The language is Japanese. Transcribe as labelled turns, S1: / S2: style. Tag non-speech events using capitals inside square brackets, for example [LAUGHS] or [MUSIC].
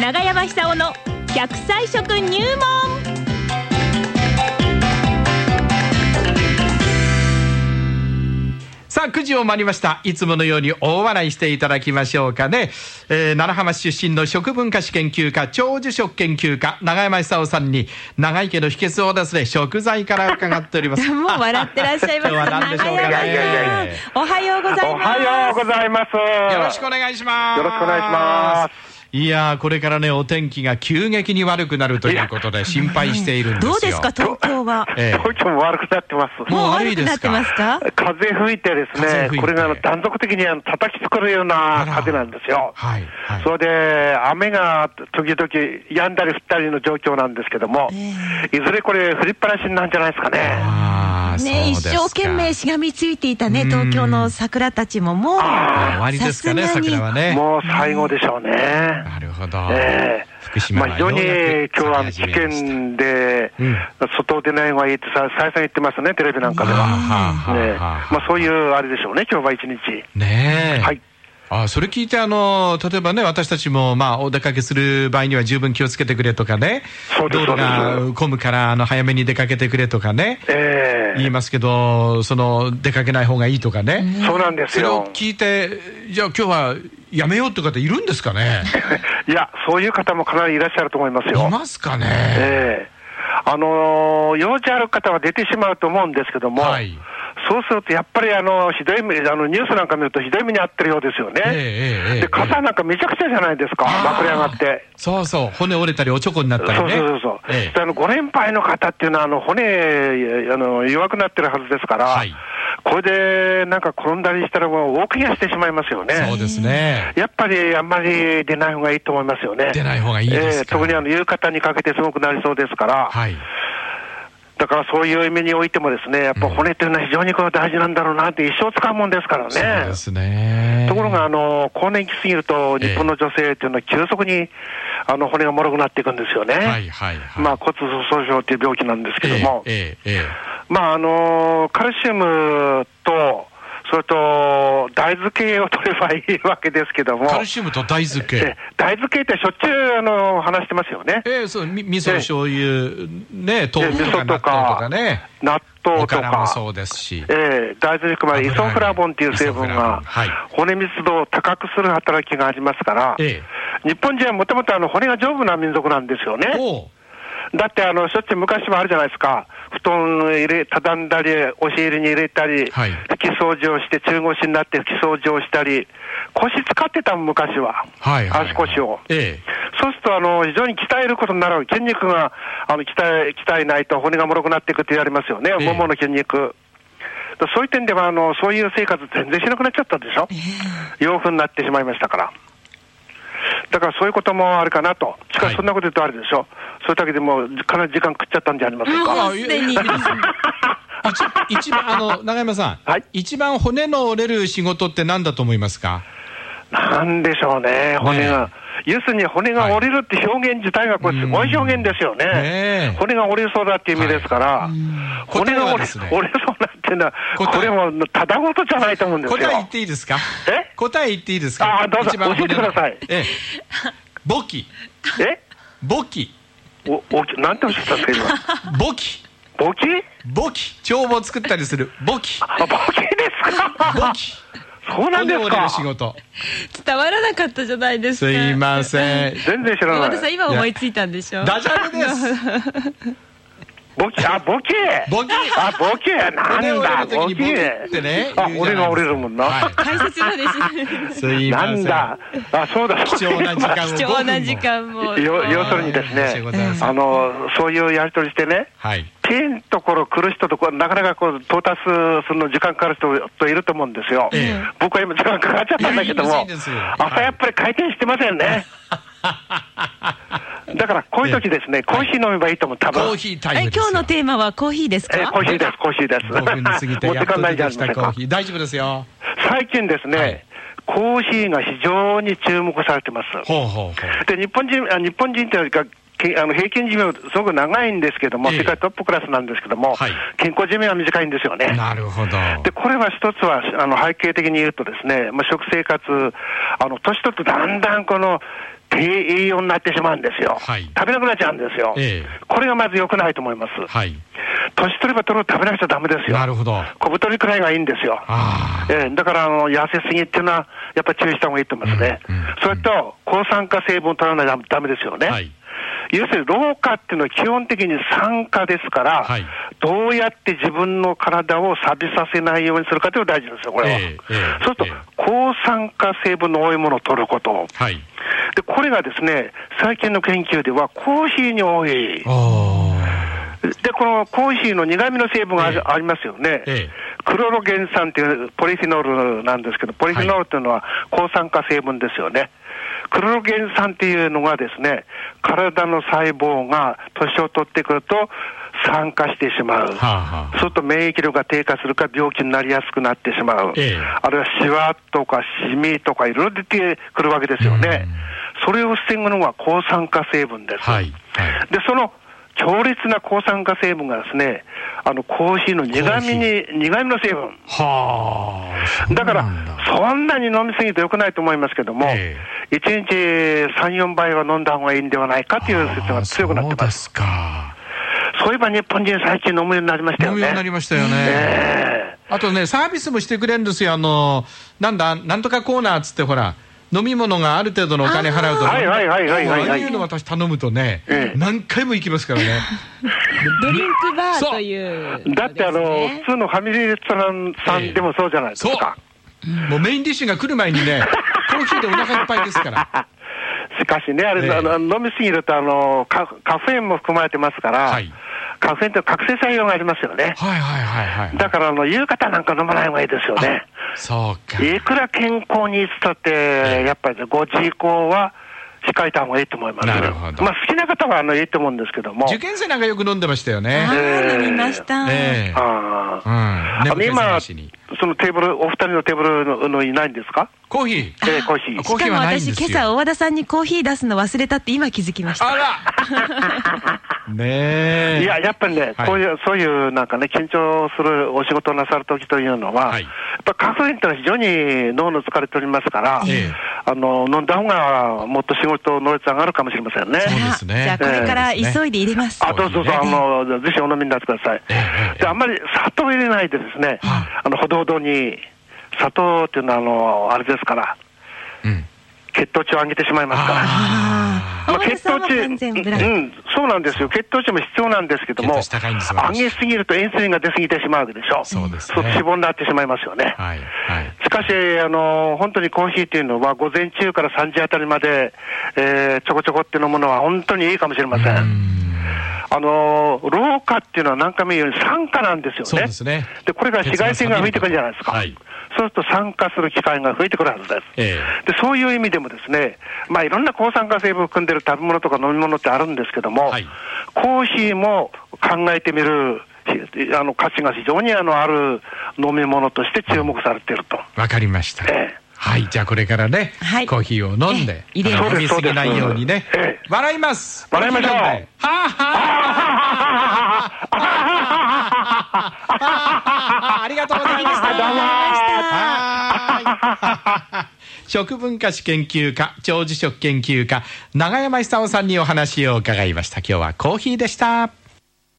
S1: 長山久夫の100歳食入門
S2: さあ、9時を回りました。いつものように大笑いしていただきましょうかね。えー、奈良浜市出身の食文化史研究家、長寿食研究家、長山久夫さんに、長生きの秘訣をですね、食材から伺ってお
S3: [LAUGHS]
S2: りま
S1: [LAUGHS]
S2: す。
S1: もう笑ってらっしゃいます。
S2: 今日は何でしょうかね
S1: 長山さんおはようございます。
S3: おはようございます。
S2: よろしくお願いします。。
S3: よろしくお願いします
S2: いやー、これからね、お天気が急激に悪くなるということで、心配しているんですよ。
S1: どうですか、東京は。
S2: ええ
S3: 東京も悪くなってます。
S2: も
S1: も
S2: う
S1: う
S2: 悪
S1: 悪く
S2: いで
S1: な
S2: す
S1: って
S2: か
S1: ますか
S3: 風吹いてです
S2: 風吹
S3: ね
S2: いて、
S3: これがあの断続的にあの叩きつくるような
S2: あら
S3: 風なんですよ。
S2: はい、はい。
S3: それで、雨が時々止んだり降ったりの状況なんですけども、
S1: え
S3: いずれこれ、降りっぱなしになんじゃないですかね。
S2: あー
S1: ね、一
S2: そうですか
S1: 生懸命しがみついていたね、東京の桜たちももう、
S2: あ終わりですかね、
S1: さすがに
S2: 桜はね。
S3: もう最後でしょうね。
S2: なるほど。
S3: ええ
S2: 福島
S3: ま
S2: は
S3: あ、非常に今日はあの事
S2: ね、
S3: 件で
S2: うん、
S3: 外を出ない方がいいってさ再三言ってますね、テレビなんかでは。ねまあ、そういうあれでしょうね、今日は一日。
S2: ねえ。
S3: はい。
S2: あそれ聞いてあの、例えばね、私たちも、まあ、お出かけする場合には十分気をつけてくれとかね、
S3: そうです
S2: 道路が
S3: そうで
S2: 混むからあの早めに出かけてくれとかね、
S3: え
S2: 言い
S3: え
S2: ますけど、その出かけない方がいいとかね、
S3: そうなんで
S2: そ
S3: す
S2: れを
S3: よ。
S2: 聞いて、じゃあ、今日はやめようって方いるんですかね、
S3: [LAUGHS] いや、そういう方もかなりいらっしゃると思います
S2: い
S3: よ。
S2: ますかね、
S3: ええあのー用事ある方は出てしまうと思うんですけども、
S2: はい
S3: そうするとやっぱりあのひどい目あのニュースなんか見るとひどい目に遭ってるようですよね。
S2: ええええええ
S3: で傘なんかめちゃくちゃじゃないですか、まくれ上がって。
S2: そうそう、骨折れたり、おちょこになった
S3: そう
S2: りね、
S3: そうそうそう、
S2: ええ
S3: であのご年配の方っていうのは、あの骨あの、弱くなってるはずですから、
S2: はい
S3: これでなんか転んだりしたら、もう大怪我してしまいますよね。
S2: そうですね、
S3: やっぱりあんまり出ない方がいいと思いますよね。
S2: 出ない方がいいですか
S3: ええ特にあの夕方にかけてすごくなりそうですから、
S2: はい、
S3: だからそういう意味においても、ですねやっぱ骨というのは非常にこれ大事なんだろうなって、一生使うもんですから
S2: そう
S3: ね
S2: で。すね。
S3: ところが、あの、更年期過ぎると、日本の女性っていうのは急速に、あの、骨が脆くなっていくんですよね。
S2: はいはいはい、
S3: まあ、骨粗鬆症っていう病気なんですけども、
S2: えええええ
S3: まあ、あの、カルシウムと、それと、大豆系を取ればいいわけですけ
S2: え
S3: ども。
S2: カルシウムと大豆系
S3: で。大豆系ってしょっちゅうあの話してますよね。
S2: ええそう、み味噌、醤油、ね、豆腐とか納豆と
S3: 味噌とか
S2: かね。
S3: 納豆
S2: お
S3: と
S2: からも
S3: か。
S2: そうですし。
S3: ええ大豆に含まれるイソフラボンっていう成
S2: イソフ
S3: 分
S2: ラボン
S3: が
S2: はい、
S3: 骨密度を高くする働きがありますから、
S2: え
S3: 日本人はもともとあの骨が丈夫な民族なんですよね
S2: え。おう
S3: だってあの、しょっちゅう昔もあるじゃないですか。布団を入れ、畳んだり、押し入れに入れたり、
S2: はい
S3: 拭き掃除をして、中腰になって拭き掃除をしたり、腰使ってたもん昔は。
S2: はいはい。
S3: 足腰を。
S2: え
S3: そうすると、あの、非常に鍛えることになる。筋肉が、あの、鍛え、鍛えないと骨が脆くなっていくって言われますよね。
S2: ええ
S3: ももの筋肉。だそういう点では、あの、そういう生活全然しなくなっちゃったでしょ。洋風になってしまいましたから。だからそういうこともあるかなと。しか
S2: はい
S3: しそんなこと言うとあれでしょ。それだけでもう、かなり時間食っちゃったんじゃありません
S2: え。
S3: か。
S1: もうすでに
S2: いいですよ一一番、あの、長山さん。
S3: はい
S2: 一番骨の折れる仕事って何だと思いますか
S3: なんでしょうね、骨が。要するに骨が折れるって表現自体がこれすごい表現ですよね。
S2: うんねえ
S3: 骨が折れそうだっていう意味ですから、骨が折れ,、
S2: 答えはですね
S3: 折れそうだっていうのは、
S2: 答え
S3: これもただごとじゃないと思うんですよ。
S2: 答え言っていいですか
S3: え
S2: 答え言っていいですか
S3: あーどうぞ
S2: 一番骨の
S3: 教えてください
S2: ええ。簿記。
S3: え
S2: 簿記。
S3: おおなんておっしゃったんですか、
S2: 簿記。 [LAUGHS]
S3: 今。簿記
S2: 簿記。帳簿を作ったりする。簿記。
S3: あ簿記ですか
S1: [LAUGHS]
S2: 簿記。
S3: そうなんです
S2: 骨折れ
S3: か
S2: る仕事。
S1: 伝わらなかったじゃないですか。
S2: すいませ
S1: [LAUGHS]
S2: ん。
S3: 全然知ら
S1: 山田
S3: な
S1: さん、
S3: い。
S1: 今思いついたんでしょ
S2: ダジャレ
S1: [LAUGHS]
S2: です。
S3: 簿記、あ、簿記
S2: 簿記
S3: あ、簿記なん
S2: 骨折れ
S3: だ、
S2: る時
S3: 簿
S2: に
S3: 記
S2: ボキってね。
S3: あ、
S2: 言うじ
S3: 俺
S2: ゃないですか
S3: が折れるもんな。
S2: は
S1: 解説の
S2: い
S1: です。
S2: すいま
S3: な
S2: せん。
S3: んだ。あ、そうだ、
S2: 貴重な時間
S1: [LAUGHS]
S2: を
S1: 貴重な時間も。
S3: よ要するにです
S2: 申し訳ご
S3: ね
S2: ざいま、せん
S3: あのそういうやり取りしてね、
S2: はい。
S3: ピンところ来る人とこう、なかなかこう到達するの時間かかる人といると思うんですよ、
S2: ええ
S3: 僕は今、時間かかっちゃったんだけど
S2: いやいい
S3: も
S2: んですいいんです、
S3: 朝やっぱり回転してませんね。だからこういう時ですね、コーヒー飲めばいいと思う、多
S2: コ
S3: 分
S2: ーヒータイ
S1: え
S2: ムですよ。
S1: 今日のテーマはコーヒーです
S3: ええ
S1: か
S3: コーヒーです、コーヒーです。
S2: 5分過ぎて
S3: [LAUGHS] 持っ
S2: やって
S3: か
S2: と
S3: んな
S2: 出
S3: いじゃあ
S2: て
S3: り
S2: き
S3: ませ
S2: た
S3: ん
S2: コー
S3: か
S2: ヒ。ー。大丈夫ですよ。
S3: 最近ですね、
S2: はい
S3: コーヒーが非常に注目されてます。
S2: ほうほうほう。
S3: で日本人あ日本人というか、けあの平均寿命、すごく長いんですけども、
S2: ええ
S3: 世界トップクラスなんですけども、
S2: はい
S3: 健康寿命は短いんですよね。
S2: なるほど。
S3: でこれは一つはあの背景的に言うと、ですね、まあ、食生活、あの年取ってだんだんこの低栄養になってしまうんですよ。
S2: はい
S3: 食べなくなっちゃうんですよ。
S2: ええ
S3: これがまず良くないと思います。
S2: はい。
S3: 年取れば取る食べなくちゃダメですよ。
S2: なるほど。あ
S3: 小太りくらいがいいんですよ。
S2: あ。
S3: ええだからあの、痩せすぎっていうのは、やっぱり注意した方がいいと思いますね。
S2: うんうん
S3: それと、抗酸化成分を取らないとダメですよね。
S2: はい。
S3: 要するに老化っていうのは基本的に酸化ですから、
S2: はい
S3: どうやって自分の体を錆びさせないようにするかというのが大事ですよ、これは。
S2: ええええ
S3: そうすると、
S2: え
S3: 抗酸化成分の多いものを取ること。
S2: はい。
S3: で、これがですね、最近の研究ではコーヒーに多い。
S2: あ
S3: で、このコーヒーの苦味の成分があ
S2: ええ
S3: るありますよね。
S2: ええ
S3: クロロゲン酸っていうポリフェノールなんですけど、ポリフェノールっていうのは抗酸化成分ですよね。クロロゲン酸っていうのがですね、体の細胞が年を取ってくると酸化してしまう。
S2: あ。はあは
S3: そうすると免疫力が低下するか病気になりやすくなってしまう。
S2: ええ
S3: あるいはシワとかシミとかいろいろ出てくるわけですよね。それを防ぐのが抗酸化成分です。
S2: あ。はい。はい。
S3: で、その強烈な抗酸化成分がですね、あの、コーヒーの苦味
S2: コ
S3: に、苦味の成分。
S2: はあ。
S3: だから
S2: そうなんだ、
S3: そんなに飲みすぎてよくないと思いますけども、
S2: え
S3: 一1日3、4倍は飲んだ方がいいんではないかという説が強くなっ
S2: ああそう
S3: てま。
S2: ですすか。
S3: そういえば日本人最近飲むようになりました
S2: 飲
S3: よ
S2: むようになり
S3: ね。
S2: ましたよね。
S3: え
S2: あとね、サービスもしてくれるんですよ、あのなんだ、なんとかコーナーっつって、ほら、飲み物がある程度のお金払うと、
S3: あーはいはいはいはいはいはい
S2: ああいうの私、頼むとね、
S3: ええ
S2: 何回も行きますから
S3: [LAUGHS]
S2: ね、
S4: ドリンクバーという、
S3: えだってあの、普通のファミリーレストランさんでもそうじゃないです
S2: そう
S3: か。、
S2: もうメインディッシュが来る前にね、
S3: [LAUGHS]
S2: コーヒーでお腹いっぱいですから、
S3: しかしね、あれ、
S2: ええ
S3: あの飲みすぎるとあのカ、カフェインも含まれてますから、
S2: はい
S3: カフェインって覚醒作用がありますよね。
S2: はいはいはいはい、
S3: だからあの、夕方なんか飲まない方がいいですよね。
S2: そうか、
S3: いくら健康にいつだって、やっぱりねご自行は控えた方がいいと思います。
S2: なるほど
S3: まあ、好きな方はあのいいと思うんですけども。
S2: 受験生なんかよく飲んでましたよね、
S1: はい、飲みました。
S2: ええ
S3: あ
S2: う
S3: あ
S2: ん、
S3: あの
S2: 眠気覚
S3: 今、
S2: ま
S3: そ
S2: しに
S3: のテーブル、お二人のテーブルののいないんですか
S2: コーヒー、
S3: えーコーヒー。
S2: コー
S1: し
S2: ヒー
S1: かも
S2: はないんです
S1: 私、
S2: よ
S1: 今朝、大和田さんにコーヒー出すの忘れたって今気づきました。
S2: あ
S3: [LAUGHS]
S2: ら、ねえ、
S3: いや、やっぱりね、
S2: はい
S3: こういう、そういうなんかね、緊張するお仕事をなさるときというのは、
S2: はい
S3: やっぱカフェインってのは非常に脳の疲れておりますから、
S2: ええ
S3: あの、飲んだ方がもっと仕事能率上がるかもしれませんね。
S2: そうですね
S1: じゃあ、これから急いで入れます。
S3: あ、どうぞどうぞ、
S2: そう
S3: あ
S2: です
S3: の、ぜひお飲みになってください。
S2: ええ
S3: で、あんまり砂糖入れないでですね、
S2: は
S3: あの、ほどほどに、砂糖っていうのは、あの、あれですから、
S2: うん
S3: 血糖値を上げてしまいますから。
S1: ああ、
S3: ま
S1: 大
S3: あ
S1: 和田
S3: 血
S1: さ
S3: 糖
S1: んは
S3: 値、う
S1: 完
S3: ん、
S1: 全ブラン
S3: そうなんですよ。血糖値も必要なんですけども、
S2: 血糖値高いんですよ
S3: 上げすぎるとインスリンが出すぎてしまうわけでしょ。
S2: そうですね
S3: そう脂肪になってしまいますよね。
S2: はいはい。
S3: しかし、あの、本当にコーヒーっていうのは、午前中から3時あたりまで、えー、ちょこちょこって飲むのは本当にいいかもしれません。あの、老化っていうのは何回も言うように酸化なんですよね。
S2: そうですね
S3: でこれから紫外線が増えてくるじゃないですか。
S2: はい
S3: そうすると酸化する機会が増えてくるはずです。
S2: え
S3: でそういう意味でもですね、まあ、いろんな抗酸化成分を含んでる食べ物とか飲み物ってあるんですけども、
S2: はい
S3: コーヒーも考えてみるひあの価値が非常にあのある飲み物として注目されていると。
S2: えわかりました。
S3: ええ
S2: はい、じゃあこれからね、
S1: はい
S2: コーヒーを飲んで
S1: え、え入れます
S2: 飲みすぎないようにね
S3: そうですそうですえ、
S2: 笑います。
S3: 笑いましょう
S2: コーヒー飲んではあは
S3: [LAUGHS]
S2: あありがとうございました。
S1: どうも
S2: はーい [LAUGHS] 食文化史研究家、長寿食研究家、永山久夫さんにお話を伺いました。今日はコーヒーでした。